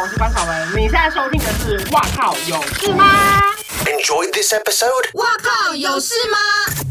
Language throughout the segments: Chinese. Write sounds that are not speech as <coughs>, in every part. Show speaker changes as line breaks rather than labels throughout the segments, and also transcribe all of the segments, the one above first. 我是关少文。你现在收听的是《哇靠有事吗》。
Enjoyed this episode?
哇靠，有事吗？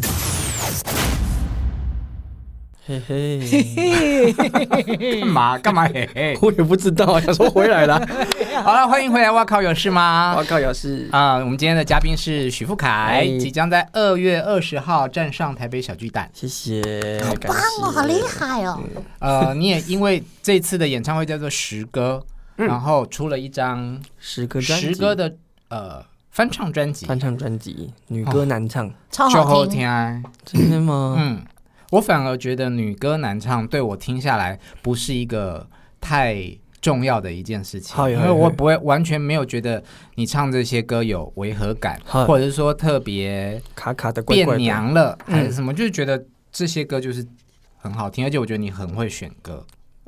嘿嘿，
干嘛干嘛嘿嘿？
嗯 <laughs> 我也不知道，想说回来了。
<laughs> 好了，欢迎回来！哇靠，有事吗
我？靠，有事
啊、我们今天的嘉宾是许富凯，
哎
即将在二月二十号站上台北小巨蛋。
谢谢，好
棒哦，好厉害哦！
呃，你也因为这次的演唱会叫做《十歌》，然后出了一张
十嗯歌专辑，
十歌的哦呃翻唱专辑，
翻唱专辑，女歌男唱，
超
就
哦好听，
听啊。
真的吗？
嗯，我反而觉得女歌男唱对我听下来不是一个太重要的一件事情，
好
因
好
为
好
我不会完全没有觉得你唱这些歌有违和感，
好
或者是说特别
卡卡的，怪
变
怪的，
娘了
嗯
还是什么，就是觉得这些歌就是很好听，而且我觉得你很会选歌，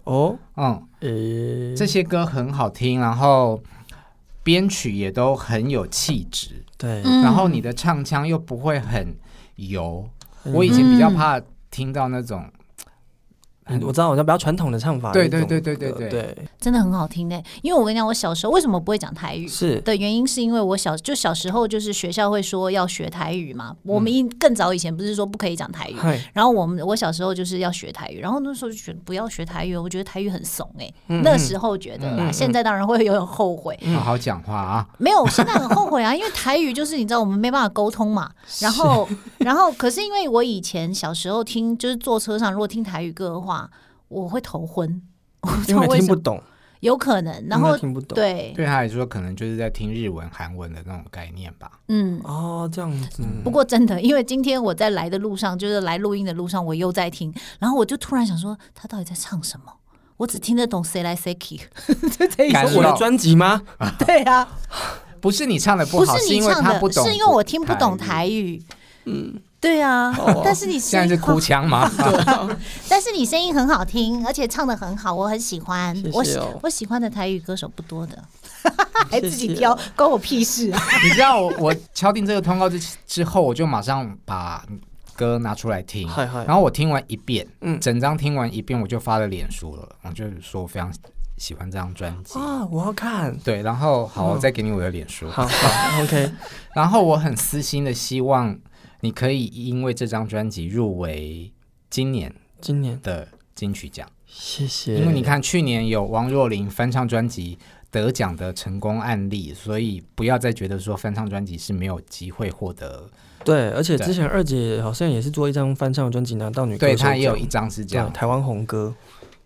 哦，
嗯，
诶，
这些歌很好听，然后编曲也都很有气质，
对，
嗯
然后你的唱腔又不会很油，
嗯
我以前比较怕听到那种。
嗯我知道，我知道比较传统的唱法，
对对
那种
对对
歌
对对
对，
真的很好听呢。因为我跟你讲，我小时候为什么不会讲台语？
是
的原因是因为我小就小时候就是学校会说要学台语嘛，我们一更早以前不是说不可以讲台语，
嗨，
然后我们我小时候就是要学台语，然后那时候就觉得不要学台语，我觉得台语很怂哎、那时候觉得啦，现在当然会有点后悔，
好好讲话啊！
没有，现在很后悔啊，因为台语就是你知道我们没办法沟通嘛。然后，然后可是因为我以前小时候听，就是坐车上如果听台语歌的话，我会头昏，我不知
因
道
为
为
听
什
不
么，
懂，
有可能。然
因为
后
听不懂，，
对，
对他来说，可能就是在听日文、韩文的那种概念吧。
嗯。
哦，这样子，
不过真的，因为今天我在来的路上，就是来录音的路上，我又在听，然后我就突然想说，他到底在唱什么？我只听得懂谁来谁去，就这一
感
我
首。
的专辑吗？
<laughs>
对啊，
不是你唱的
不
不好，
你
因为
唱
他
的，
不懂，
是因为我听不懂台
语。
语。嗯，对啊，但是你
现在
声
是
音
哭
好，<laughs>
腔吗？
但是你声音很好听，而且唱的很好，我很喜欢。
谢谢
我喜
哦
我喜欢的台语歌手不多
<laughs>
的，还自己
谢谢哎
挑，关我屁事啊！
<laughs> 你知道我我敲定这个通告之之后，我就马上把歌拿出来听，
嗨嗨
然后我听完一遍，
嗯
整张听完一遍，我就发了脸书了，我就说我非常喜欢这张专辑。
啊，我要看，
对，然后好，我再给你我的脸书。
好好，OK，
然后我很私心的希望你可以因为这张专辑入围今年
今年
的金曲奖。
谢谢，
因为你看，去年有王若琳翻唱专辑得奖的成功案例，所以不要再觉得说翻唱专辑是没有机会获得。
对，而且
对
之前二姐好像也是做一张翻唱专辑拿到女歌
对
手奖，
她也有一张是这样
对，台湾红歌，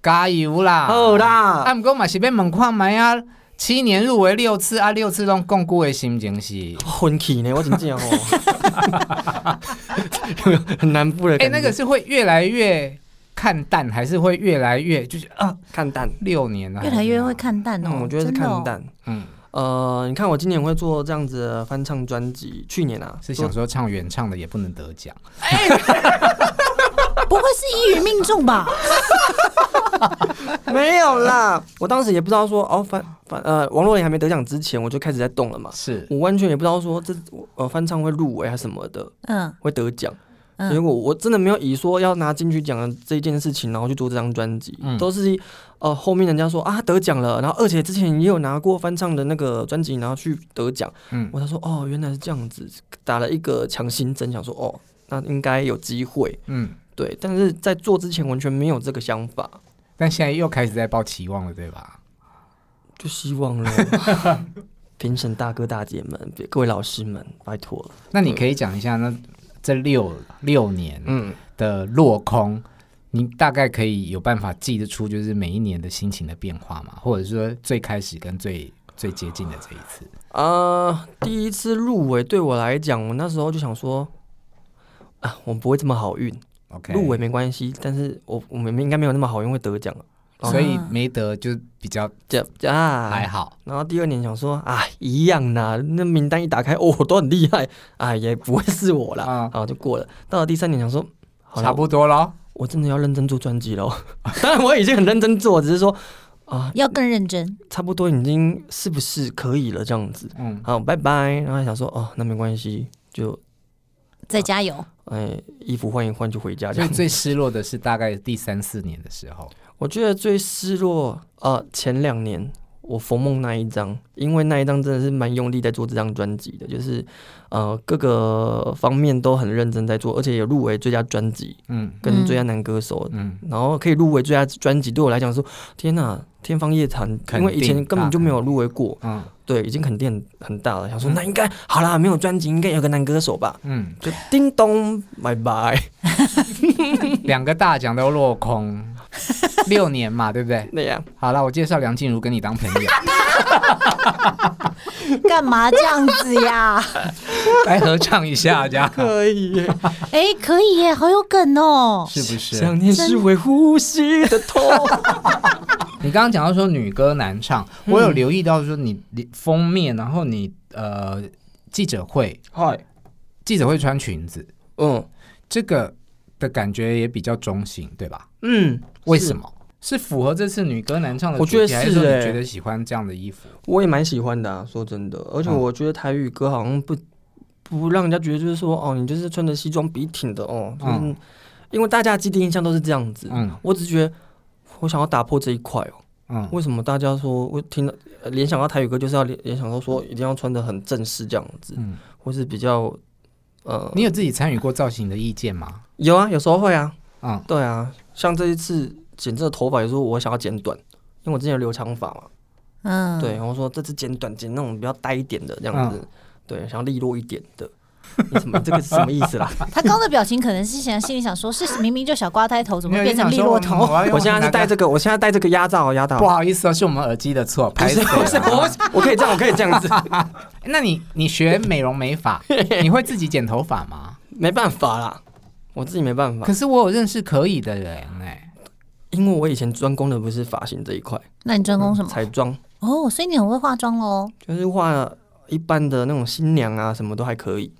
加油啦！
好啦
啊，不过嘛是要问看麦啊，七年入围六次啊，六次拢共辜的心情是，
混气呢，我真正哦，很难不的
哎、
感觉。
那个是会越来越看淡，还是会越来越就是啊，
看淡，
六年了，
越来越会看淡哦，
嗯，我觉得是
真的哦
看。淡。
嗯，
呃，你看我今年会做这样子的翻唱专辑，去年啊，
是
做
想说唱原唱的也不能得奖，
不会是一语命中吧？
没有啦，我当时也不知道说哦翻翻呃王若琳还没得奖之前，我就开始在动了嘛，
是
我完全也不知道说这呃翻唱会入围还是什么的，
<laughs> 嗯
会得奖。
嗯
结果我真的没有以说要拿金曲奖的这一件事情，然后去做这张专辑，
嗯
都是呃后面人家说啊他得奖了，然后而且之前也有拿过翻唱的那个专辑，然后去得奖，
嗯
我才说哦原来是这样子，打了一个强心针，想说哦那应该有机会，
嗯，
对，但是在做之前完全没有这个想法，
但现在又开始在抱期望了，对吧？
就希望了。 <laughs> 评审大哥大姐们，别各位老师们，拜托了。
那你可以讲一下，那这六六年
嗯，
的落空，你大概可以有办法记得出，就是每一年的心情的变化嘛？或者说最开始跟最最接近的这一次，
啊，第一次入围对我来讲，我那时候就想说，啊，我不会这么好运
OK，
入围，没关系，但是我我们应该没有那么好运会得奖了啊
哦
所以没得就比较
这啊，
还好。
然后第二年想说啊，一样啦，那名单一打开，哦，都很厉害，啊，也不会是我啦，
啊
啊，就过了。到了第三年想说，好
差
了，
不多咯。
我真的要认真做专
<laughs>
辑喽。当然我已经很认真做，只是说啊，
要更认真。
差不多已经是不是可以了这样子。
嗯，
好，拜拜。然后想说哦，那没关系，就
再加油！
哎衣服换一换就回家这
所以
样子。
最失落的是大概第三四年的时候，
啊我觉得最失落呃前两年我冯梦那一张，因为那一张真的是蛮用力在做这张专辑的，就是呃各个方面都很认真在做，而且也入围最佳专辑
<laughs> 嗯
跟最佳男歌手，
嗯，
然后可以入围最佳专辑，对我来讲说天哪、天方夜谭，
肯
因为以前
定
根本
大
就没有入围过，
嗯
对，已经肯定很大了。想说那应该好啦，没有专辑应该有个男歌手吧，
嗯，
就叮咚拜拜。
两个大奖都落 <laughs> 空，六年嘛，对不对？
那样，
好了，我介绍梁静茹跟你当朋 <laughs> 友，
干嘛这样子呀？
来合唱一下，这样
可以耶。
<laughs> 哎，可以耶，好有梗哦。
是不是？
想念是会呼吸的痛。 <laughs>
你刚刚讲到说女歌男唱，我有留意到说你你封面，然后你呃记者会，
嗨，
记者会穿裙子，
嗯
这个的感觉也比较中性，对吧？
嗯，
为什么？是符合这次女歌男唱的
我
主
觉得
题，还是
是
说你
欸
觉得喜欢这样的衣服？
我也蛮喜欢的、啊，说真的，而且
嗯
我觉得台语歌好像不不让人家觉得就是说哦，你就是穿着西装笔挺的哦，就是、
嗯
因为大家的既定印象都是这样子。
嗯
我只觉得我想要打破这一块哦。
嗯
为什么大家说我听到呃联想到台语歌就是要联联想到说一定要穿的很正式这样子，
嗯，
或是比较呃，
你有自己参与过造型的意见吗？
有啊，有时候会啊，
嗯
对啊，像这一次剪这个头发，有时候我想要剪短，因为我之前有留长发嘛，
嗯，
对，然后说这次剪短剪那种比较呆一点的这样子，对，想要利落一点的。你什么？这个是什么意思啦？
他刚刚的表情可能是想心里想说，是明明就小瓜呆头，怎么
没有
变成
你
利
想
落
说我
头？
要用
我现在是戴这个，我现在戴这个压罩压
不
到。
好意思哦，是我们耳机的错，
不
拍
是
手。
不是，我我可以这样，我可以这样
<laughs>
子，<laughs>
那你你学美容美发，你会自己剪头发吗？
没办法啦，我自己没办法
可，是我有认识可以的人哎、
因为我以前专攻的不是发型这一块，
那你专攻什么？
彩妆
哦，所以你很会化妆哦喽。
就是画一般的那种新娘啊，什么都还可以。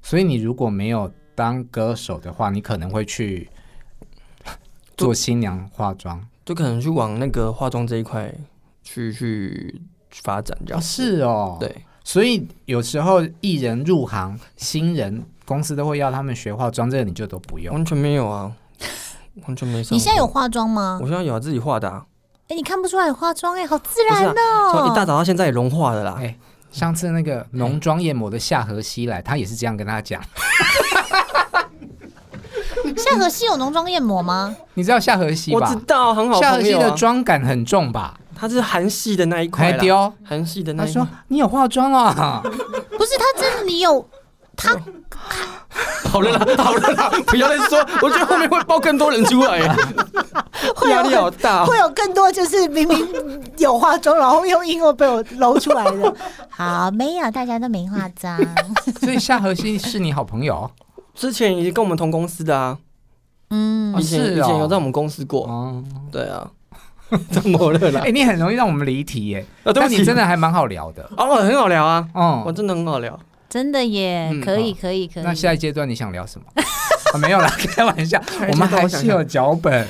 所以你如果没有当歌手的话，你可能会去做新娘化妆。
就可能去往那个化妆这一块去去去发展
哦，
这样。
是哦，，
对，
所以有时候艺人入行，新人公司都会要他们学化妆，这个你就都不用。
完全没有啊，完全没上过。
你现在有化妆吗
我？现在有啊，自己画的、啊，
哎，你看不出来有化妆哎，好自
不是、
然
啊，从一大
哦。
早到现在也融化了啦
哎。上次那个浓妆艳抹的夏荷西来，他也是这样跟他讲。
夏荷西有浓妆艳抹吗？
你知道夏荷西
我
吧
知？道，很好
夏荷
朋
西
友、
的
啊。
妆感很重吧？
他是韩系的那一块
还
啦，
丢。
韩系的那
他
一块 <laughs>
说。：“你有化妆啊了。”
不是，他真的你有他
好了啦，好了啦，不要再说，我觉得后面会爆更多人出来，啊
会
压力
有
好大哦。
会有更多就是明明有化妆，然后用英文被我搂出来的。好，没有，大家都没化妆。
<laughs> 所以夏荷西是你好朋友
之前已经跟我们同公司的啊，
嗯，
以前
是哦
以前有在我们公司过，
哦。
对啊， <laughs> 怎么了
哎、
啦？
你很容易让我们离题耶，
啊，对不
哎但
起，
你真的还蛮好聊的。
哦，很好聊啊，我
嗯，
真的很好聊。
真的耶，
嗯
可以，
好
可以，可以。
那下一阶段你想聊什么？ <laughs> 啊、没有啦， <laughs> 开玩笑，我们还是有脚本。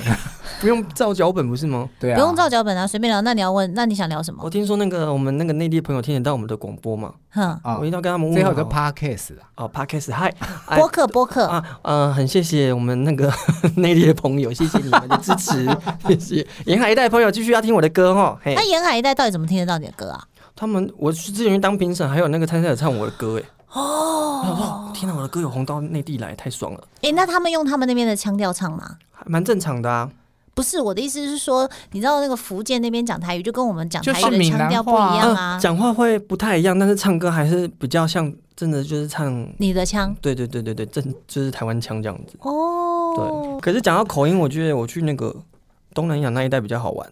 不用照脚本不是吗？
对啊，
不用照脚本啊，随便聊。那你要问，那你想聊什
我
么？
听说那个我们那个内地朋友听得到我们的广播嘛，
哼，
啊
我一定要跟他们问
最后
好
一个 podcast 啊，
哦 podcast 嗨哎
播客，播客。
啊，呃，很谢谢我们那个 <laughs> 内地的朋友，谢谢你们的支持， <laughs> 谢谢沿海一带的朋友继续要听我的歌哦。嘿
哎
那，沿海一带到底怎么听得到你的歌啊？
他们我去之前去当评审，还有那个参赛者唱我的歌，哎，哦，哇，天哪，我的歌有红到内地来，太爽了，
诶，那他们用他们那边的腔调唱吗？
还蛮正常的啊。
不是我的意思是说，你知道那个福建那边讲台语，就跟我们讲台
就是
语的
闽
腔
南
调不一样啊
呃。讲话会不太一样，但是唱歌还是比较像，真的就是唱，
你的腔
对对对对对，正就是台湾腔这样子。对
哦，，
可是讲到口音，我觉得我去那个东南亚那一带比较好玩，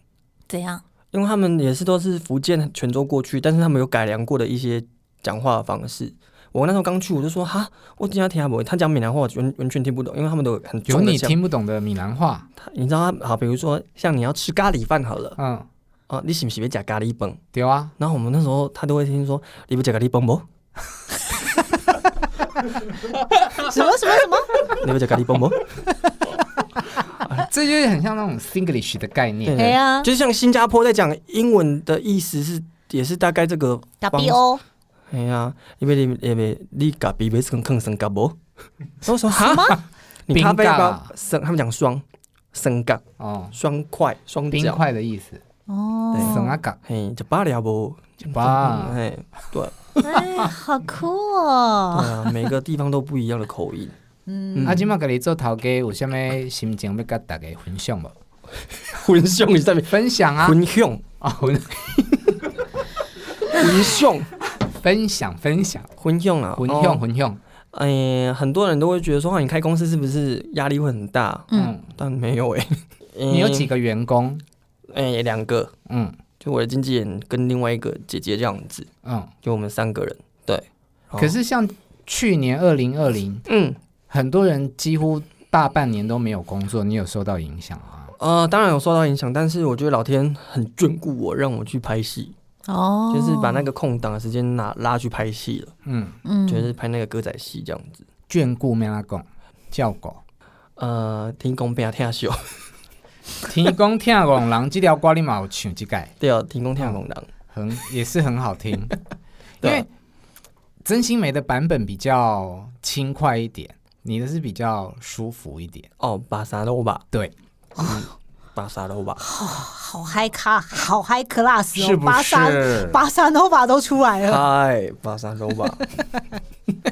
怎样？
因为他们也是都是福建、泉州过去，但是他们有改良过的一些讲话方式。我那时候刚去，我就说哈，我今天听不懂，他讲闽南话，我完完全听不懂，因为他们都有很
有
重的
你
腔
听不懂的闽南话。
他你知道他好，比如说像你要吃咖喱饭好了，
嗯，
哦、你喜不喜欢吃咖喱饭？
对啊，
然后我们那时候他都会听说你不吃咖喱饭不？
什么什么
<laughs>
什么？
你不吃咖喱饭不？
这就是很像那种 Singlish 的概念。
哎呀
就是像新加坡在讲英文的意思是，也是大概这个
打
方
B O
哎呀，因为你你你你咖啡杯生坑生咖无， <laughs> 我说哈， <laughs> 你咖啡
冰
包
咖
生，他们讲双生咖
哦，
双块双
冰
脚，
块的意思。
对
哦，
松阿嘎
嘿，就巴聊不，
巴
嘿，对，
哎，好酷
对
哦！
啊，每个地方都不一样的口音。嗯
啊，即麦甲你做头家，有啥物心情要甲大家分享无？
混凶是啥物？
<laughs> 分享啊，
<laughs> 混凶，
啊， <laughs> 分
混凶，
分享分享，
混凶啊，
分
哦
享分享，
哎，很多人都会觉得说，哇，你开公司是不是压力会很大？
嗯，
但没有哎，
你
<laughs> 你
有几？个员工？
哎，两个，
嗯
就我的经纪人跟另外一个姐姐这样子，
嗯，
就我们三个人。对，哦
可是像去年二零二零，
嗯，
很多人几乎大半年都没有工作，你有受到影响吗？
呃，当然有受到影响，但是我觉得老天很眷顾我，让我去拍戏，
哦，
<laughs> 就是把那个空档的时间拿拉去拍戏了，
嗯，
嗯
就是拍那个歌仔戏这样子。
眷顾咩啦讲，叫狗，
呃，听公听听秀，
天公听讲人这条歌你嘛有唱即个，
<laughs> 对哦，听公听公郎，
很 <laughs> 也是很好听，因
对啊
为真心梅的版本比较轻快一点，你的是比较舒服一点，
哦，巴萨罗吧，
对，
巴萨罗 <laughs> 吧，
好嗨咖，好嗨 class 哦，
是不
巴萨
是？
巴萨 nova 都出来
啊
了。
嗨，巴萨罗吧，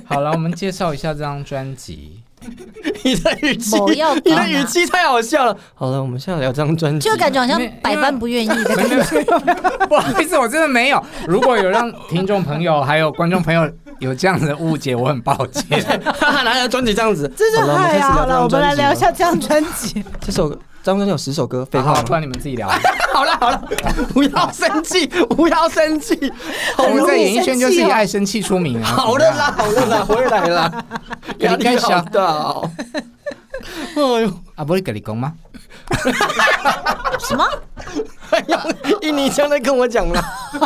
好了，我们介绍一下这张专辑。
<laughs>
<laughs>
你的语气
某要，
你
搞
的
呢
语气太好笑了。好了，我们现在聊这张专辑，
就感
<laughs>
觉好像
因为
百般不愿意的感觉，
不好意思，我真的没有。如果有让听众朋友还有观众朋友有这样子的误解，我很抱歉。
哈哈，拿着专辑这样子，
这就
好了，我们开
嗨
始
啊！好
聊这
了，我
张
们来
专辑
聊一
吧
下这张专辑。
<laughs> 这首歌，这张专辑有十首歌，废
好
话
好，不
吗，
然你们自己聊。
<laughs> 好了好了，不要生气，不要生气，
我们在
容易
演艺圈
生
就是
气
以
哦
爱生气出名啊。
好了啦，好了啦，回来啦， <laughs> 压力好大哦。哎呦，
怎么样，啊，不会跟你讲吗？
什么？
哎呦，印尼腔在跟我讲了，好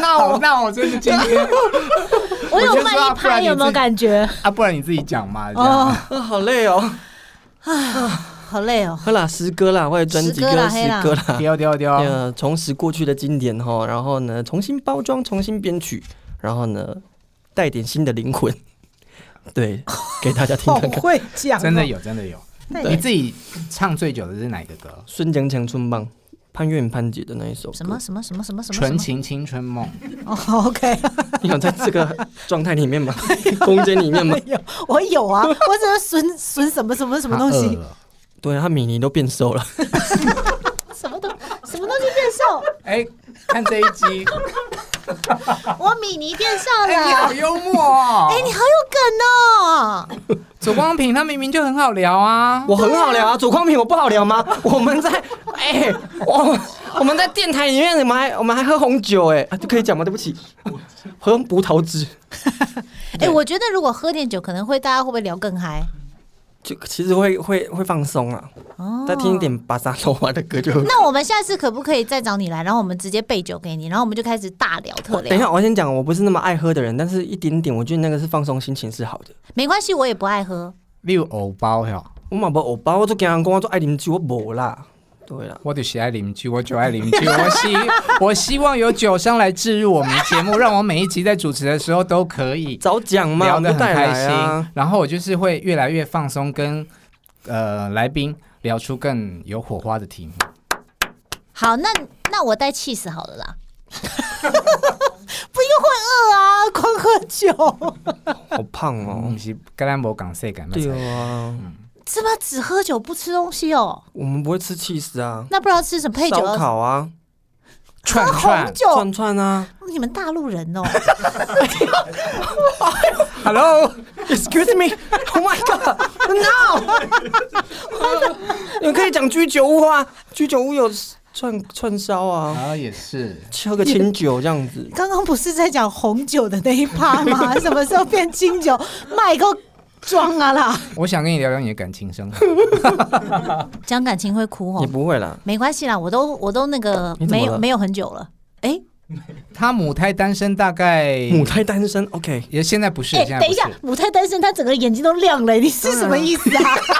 闹
好，
哦。
那我真的今天
<laughs> 我有
我就说
慢
啊
一
不然
拍，
你
有没有
自己
感觉？
<laughs> 啊，不然你自己讲嘛。这
哦
样，
啊，好累哦！
好累哦。
好啦，诗歌啦，我的专辑
诗歌啦
歌
嘿
诗
啦
歌啦，
丢丢丢，
呃，重拾过去的经典哈，然后呢，重新包装，重新编曲，然后呢，带点新的灵魂，对，给大家听看看。
哦 <laughs> 会讲
真的有，真的有。
对
你自己唱最久的是哪个歌？
孙江强春棒，潘越云潘姐的那一首歌
什么？什么什么什么什么
纯情青春梦，
哦，OK，
你想在这个状态里面吗？ <laughs> 空间里面吗？
有我有
<laughs>
啊，我只是损损什么什么什么东
他饿
西，
了。
<laughs> 对啊，他米妮都变瘦了，
什么东什么东西变瘦，
哎，看这一
<laughs>
集，
我米妮变瘦
哎，你好
了。
幽默哦。
哎，你好有梗哦！
左光平他明明就很好聊啊。
<laughs> 我很好聊啊。左光平我不好聊吗？ <laughs> 我们在哎、我我们在电台里面，我们还我们还喝红酒哎、啊，可以讲吗？对不起，喝葡萄汁。
哎，我觉得如果喝点酒，可能会大家会不会聊更嗨？
就其实会会会放松啊，
哦
再听一。点巴萨诺瓦的歌就。
那我们下次可不可以再找你来，然后我们直接备酒给你，然后我们就开始大聊特
<laughs> 等一
聊？
下，我先讲，我不是那么爱喝的人，但是一点点，我觉得那个是放松心情是好的。
没关系，我也不爱喝。
你有欧包哟，
我嘛无欧包，我做惊人讲我做爱啉酒，我无啦。对啦，
我就是爱邻居，我就爱邻居。我希我希望有酒商来置入我们节目，让我每一集在主持的时候都可以
早讲嘛，
聊得很
我就带
开
来
心
啊。。
然后我就是会越来越放松，跟呃来宾聊出更有火花的题目。
好，那那我带 cheese 好了啦。不用会饿
呃
啊，光喝
<laughs>
酒，
好胖哦。
你是格兰博港世港
对啊，
怎么只喝酒不吃东西哦？
我们不会吃 cheese 啊，
那不知道吃什么配酒？
烧烤啊，
<laughs>
串
红
串
酒，
串串啊。
你们大陆人哦，
Hello，excuse me，Oh Oh my God，No！你们可以讲居酒屋啊，居酒屋有串串烧啊，
啊，也是
喝个清酒这样子。
刚刚不是在讲红酒的那一趴
<laughs>
吗？什么时候变清酒？卖个装啊啦！
我想跟你聊聊你的感情生活。
讲感情会哭
你
哦，
不会啦，
没关系啦，我都我都那个
嗯你怎
没
么
有
了
没有很久了。哎
他母胎单身大概
母胎单身，OK。
也现在不是，
哎
现，在
等
不
一
是
下，母胎单身，他整个眼睛都亮了，你是什么意思啊？他 <laughs> 刚才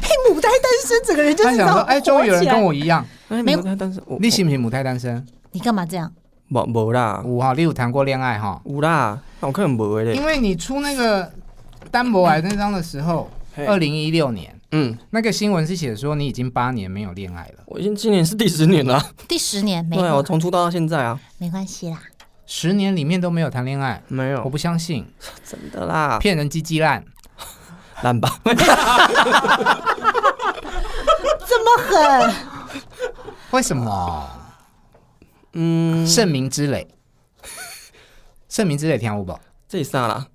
嘿母胎单身，整个人就是
他想说，哎，终于有人跟我一样。
哎，
没有
母胎单身，我
你是不是母胎单身？
你干嘛这样？
我无啦，
有哈，你有谈过恋爱哈？
有啦，那我可能无的
因
嘞。
为你出那个丹博癌那张的时候，
嘿
二零一六年，
嗯，
那个新闻是写说你已经八年没有恋爱了，
我已经今年是第十年了啊，
第十年没
对啊，我
有，
从出道到现在啊，
没关系啦。
十年里面都没有谈恋爱，
没
我
有，
不相信，
真的啦，
骗人鸡鸡烂。
烂吧？
这么
<laughs>
狠，
为什么？
嗯，
盛名之磊，盛名之磊听有无？
这里啥啦？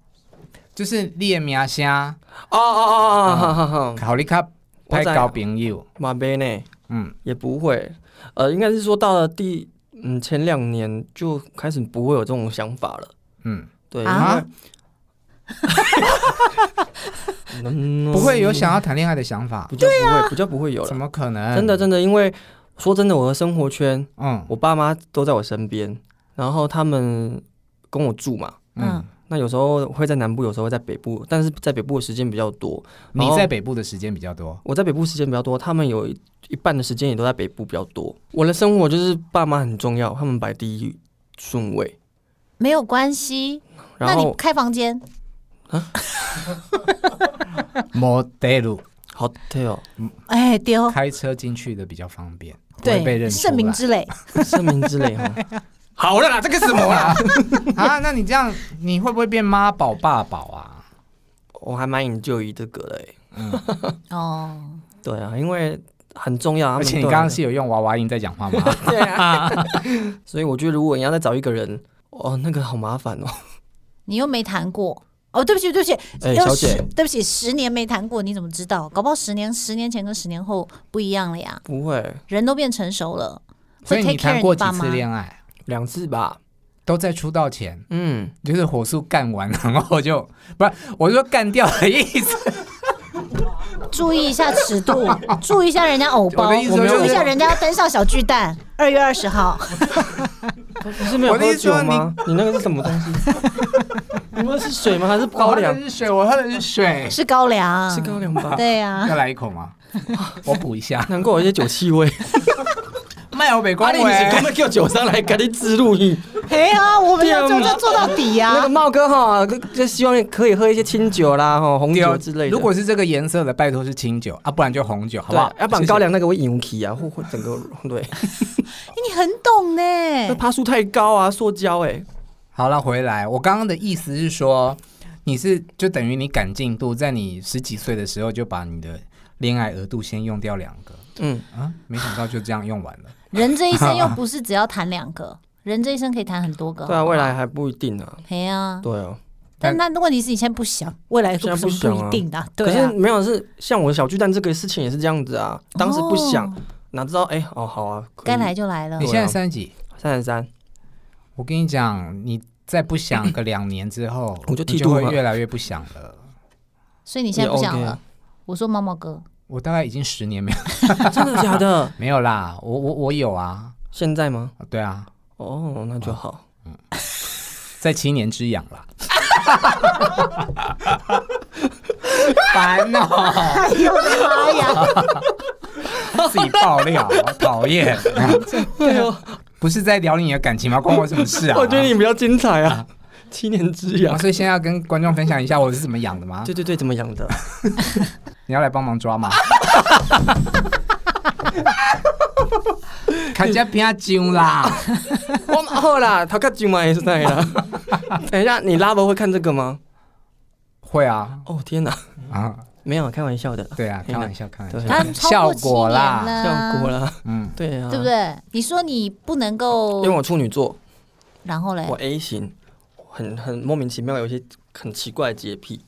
就是你的名啊声，
哦哦哦哦，好好好，
考虑较
我
拍
知道
交朋友，
马杯呢？
嗯，
也不会，呃，应该是说到了第嗯前两年就开始不会有这种想法了。
嗯，
对，
啊
因为嗯
不会有想要谈恋爱的想法，
比较不会，比较不会有
怎
了。
么可能？
真的，真的，因为说真的，我的生活圈，
嗯
我爸妈都在我身边，然后他们跟我住嘛。
嗯
嗯，
那有时候会在南部，有时候会在北部，但是在北部的时间比较多。然
你
后
在北部的时间比较
<laughs>
多，
我在北部时间比较多，他们有一一半的时间也都在北部比较多。我的生活就是爸妈很重要，他们摆第一顺位。
没有关系。那
然
你
后
开房间，
摩德路
好 t a <laughs> l
哎丢，
开车进去的比较方便，不会被
对，
认出
盛名
来
之
<laughs>
磊，
声明之类哈，
好了啦，这个什么
<laughs>
啦？啊，那你这样你会不会变妈宝爸宝啊？
我还蛮引咎于这个的欸、
哦，
对啊，因为很重要。他
而
们
且你
对我
刚刚是有用娃娃音在讲话
<laughs>
吗？
对啊， <laughs> 所以我觉得如果你要再找一个人，哦，那个好麻烦哦。
你又没谈过。哦，对不起，对不起，
哎
要
小
十
姐，
对不起，十年没谈过，你怎么知道？搞不好十年，十年前跟十年后不一样了呀，
不会，
人都变成熟了。
所以
会
你
take care
谈过
你
几
爸
次
妈
恋爱？
两次吧。
都在出道前，
嗯，
就是火速干完，然后就不是我说干掉的意
<laughs>
思，
注意一下尺
<laughs>
度，注意一下人家偶包，
我的意思
我们
就是
注意一下人家要登上小巨蛋，二月二十
<laughs>
号。
你是没有
我的
喝
意思
酒
说
吗？你那个是什么东西？ <laughs> 你们是水吗？还是
<laughs>
高
我喝
粱
的？是水，我喝的是水，
是高粱，
是高粱吧？
对呀、
<laughs> 要来一口
<laughs>
吗？我补一下，
难怪有一些酒气味。
卖我北
啊
光
你不是
伟，
讲 <laughs> 要叫酒商来给你自录 <laughs> 音？
嘿啊，我们要做就做到底
那
<laughs>
呀、
个茂哥哈，就希望你可以喝一些清酒啦、哈红酒之
啊
类的。
如果是这个颜色的，拜托是清酒啊，不然就红酒，好
对
不好？
要不然高粱那个会引起啊，或或整个对，
哎你很懂
<laughs>
呢、
那趴数太高啊，塑胶哎、
好了，回来，我刚刚的意思是说，你是就等于你赶进度，在你十几岁的时候就把你的恋爱额度先用掉两个，
嗯，
啊，没想到就这样用完了。
人这一生又不是只要谈两个，人这一生可以谈很
<laughs>
多个。
对啊，未来还不一定啊，
嘿啊，
对啊，
但那问题是你现在不想，未来
现在
是
不
不
想啊
一定的、
可
对
是
啊。
没有是像我小巨蛋这个事情也是这样子啊，当时不想，
哦
哪知道哎、哦好啊，可以
该来就来了
你。现在三十几？
三十三，
我跟你讲，你再不想个两年之后，
<coughs> 我就
你
剃度
会
了
越来越不想了。
所以你现在不想
也 OK
了。我说毛毛哥，
我大概已经十年没有？
<laughs> 真的假的
没有啦，我我我有啊，
现在吗？
对啊，
哦，那就好。
在七年之痒啦。烦哦，
哎呦我的妈呀！
自己爆料，讨厌。
对哦，
不是在聊你的感情吗？关我什么事啊？
我觉得你比较精彩啊， <laughs> 七年之
啊，
痒。
所以现在要跟观众分享一下我是怎么养的吗
对？对对，怎么养的？
你要来帮忙抓
<laughs>
吗？看人家变精啦，
我马后啦，他看金马也是那样啦。
<laughs>
等一下，你拉伯会看这个吗？
会啊
哦天哪，
啊，
没有，开玩笑的啦，
对啊，开玩笑，开玩
对
笑，
他超过
效
七
果
年
啦
了啊
效果啦，
嗯，
对啊，
对不？对？你说你不能够
哦因为，我处女座，
然后嘞
我，A 型，很很莫名其妙，有一些很奇怪的洁癖。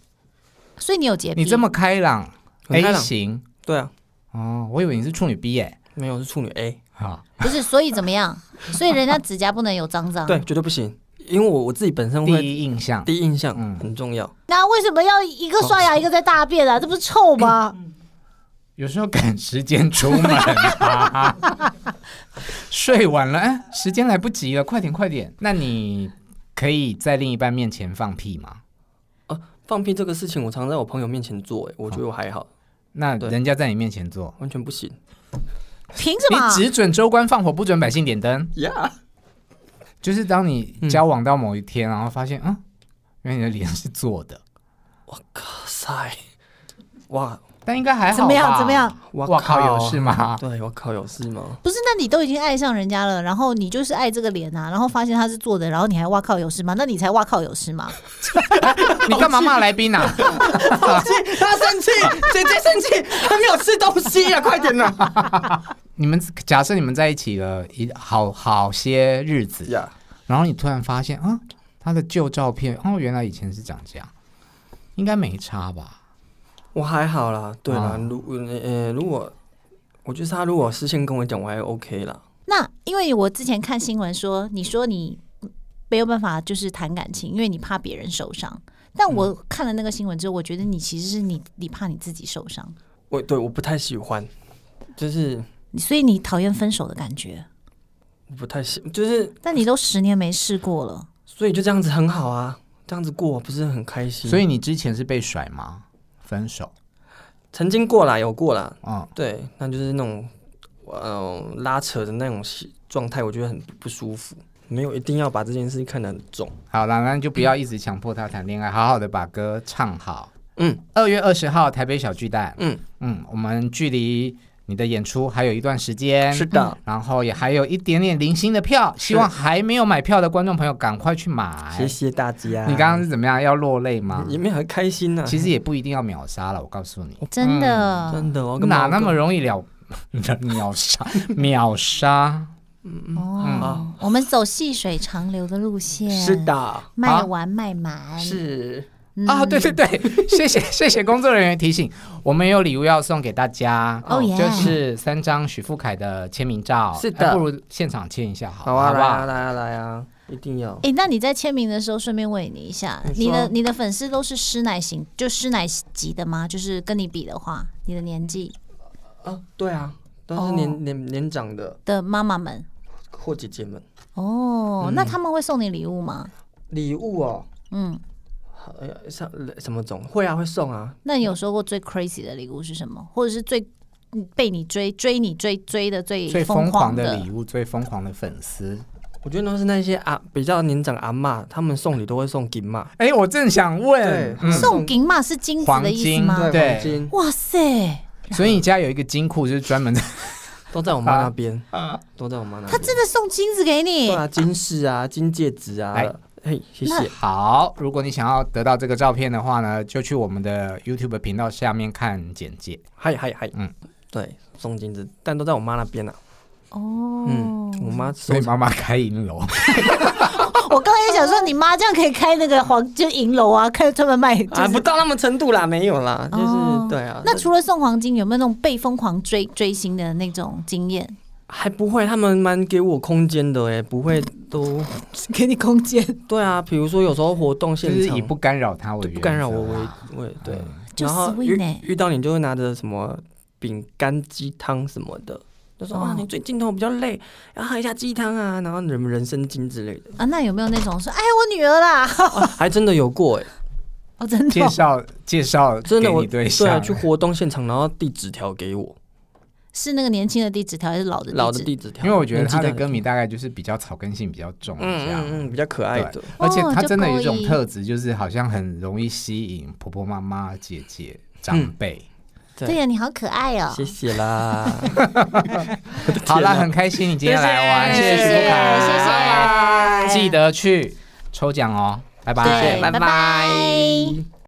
所以你有洁癖。
你这么开朗哎
很开
，A
朗
型
对啊，
哦，我以为你是处女 B 耶，
没有是处女 A，
啊，
不是，所以怎么样？所以人家指甲不能有脏脏。
对，绝对不行，因为我我自己本身
第
会
一印象
第一印象
嗯
很重要。
那为什么要一个刷
哦
牙一个在大便啊？这不是臭吗？
嗯
有时候赶时间出门
<laughs>
啊，睡晚了，哎，时间来不及了，快点快点。那你可以在另一半面前放屁吗？
啊放屁这个事情，我常在我朋友面前做、欸，我觉得我还好，
那
对
人家在你面前做，
完全不行。
凭什
你
么？
只准州官放火，不准百姓点灯。
<laughs> 呀，
就是当你
嗯
交往到某一天，然后发现，嗯，原来你的脸是做的，
哇塞，哇，
但应该还好吧
怎么样怎么样？
我靠，有事吗？
对，我靠，有事吗？
不是，那你都已经爱上人家了，然后你就是爱这个脸啊，然后发现他是做的，然后你还哇靠有事吗？那你才哇靠有事吗？
你干嘛骂来
<laughs>
宾啊？ <laughs>
他生气，姐姐生气，还没有吃东西啊！快点啊呐！
<laughs> 你们假设你们在一起了一好好些日子
呀，
然后你突然发现啊，他的旧照片，哦，原来以前是长这样，应该没差吧？
我还好啦，对啦
啊，
如呃，如果我觉得他如果事先跟我讲，我还 OK 啦。
那因为我之前看新闻说，你说你没有办法就是谈感情，因为你怕别人受伤。但我
嗯
看了那个新闻之后，我觉得你其实是你，你怕你自己受伤，
我对我不太喜欢，就是
所以你讨厌分手的感觉。
我不太喜，就是
但你都十年没试过了，
所以就这样子很好啊，这样子过不是很开心。
所以你之前是被甩吗？分手？
曾经过啦，有过啦，
嗯，
对，那就是那种呃拉扯的那种习状态，我觉得很不舒服。没有一定要把这件事情看得很重。
好啦，那你就不要一直强迫他谈恋爱，好好的把歌唱好。
嗯，
二月二十号台北小巨蛋。
嗯
嗯，我们距离你的演出还有一段时间。
是的
嗯然后也还有一点点零星的票，希望还没有买票的观众朋友赶快去买。
谢谢大家。
哎你刚刚是怎么样？要落泪吗？
也没有很开心啊呢、
其实也不一定要秒杀了，我告诉你，
真的。
真的，我干嘛
哪那么容易了 <laughs> 秒杀？ <laughs> 秒杀？
嗯
哦，我们走细水长流的路线，
啊是，的，
卖完卖满，
哎
嗯
是嗯
啊，对对对，谢谢谢谢工作人员提醒，我们有礼物要送给大家，
Oh, yeah
就是三张许富凯的签名照，
哦是的
哎不如现场签一下好，
好啊，
好
来
不
啊，
好？
来啊，来啊，一定要。
哎、那你在签名的时候，顺便问你一下，你
你说
的你的粉丝都是师奶型，就师奶级的吗？就是跟你比的话，你的年纪
啊，对啊，都是
哦
年年年长的
的妈妈们，
或姐姐们，
哦，
嗯
那他们会送你礼物吗？
礼物哦，
嗯，
哎呀，像什么种会啊，会送啊，
那你有收过最 crazy 的礼物是什么？或者是最嗯被你追追你追追的最
最
疯
疯狂的
的
礼物，最疯狂的粉丝。
我觉得都是那些啊比较年长阿嬷，他们送礼都会送金嘛，
哎，我正想问
对，
嗯
送金嘛是金子
黄
的意思
金
吗？
对
对，黄金
哇塞，
所以你家有一个金库，就是专门的，
都在我妈那边，
啊
都在我妈那
他
边。
真的送金子给你
对？啊，金饰啊，金戒指啊
哎，
嘿，谢谢。
好，如果你想要得到这个照片的话呢，就去我们的 YouTube 频道下面看简介。
嗨嗨嗨，
嗯
嗯，对，送金子，但都在我妈那边啊。
哦，
嗯，我妈收
所以妈妈开银楼，
我刚才也想说，你妈这样可以开那个黄就银楼啊，看专门卖、就是
啊，不到那么程度啦，没有啦，就是、
哦
对啊。
那除了送黄金，有没有那种被疯狂追追星的那种经验？
还不会，他们蛮给我空间的哎、不会都
<laughs> 给你空间，
对啊。比如说有时候活动
就
现
是
场
以不干扰他为
对
原
不干扰
则啊嗯
我为
啦
为对，
就欸
然后
sweet
遇
呢
遇到你就会拿着什么饼干、鸡汤什么的，就说啊
哦
你最近头比较累，要喝一下鸡汤啊，然后什么人参精之类的， <laughs>
啊！那有没有那种说，哎，我女儿啦，
还真的有过哎、
哦，真的
<laughs> 介
哦、
<laughs>
绍介绍
真
给
的我
你对
对啊
象，
去活动现场，然后递纸条给我，
是那个年轻的地址条还是老的
老
址
的递纸条，
因为我觉得
年纪
他的
大
歌迷大概就是比较草根性比较重
嗯
这样。
嗯嗯比较可爱的
对，，而且
哦
他
就
真的有一
故
种
意
特质，就是好像很容易吸引婆婆妈妈、姐姐、长辈。
对
对呀、你好可爱哦！
谢谢啦。
<laughs>
<laughs>
好啦，很开心你今天来玩，
谢
谢
谢
徐福凯
谢谢谢谢
拜拜记得去抽奖哦，拜拜，
对，拜拜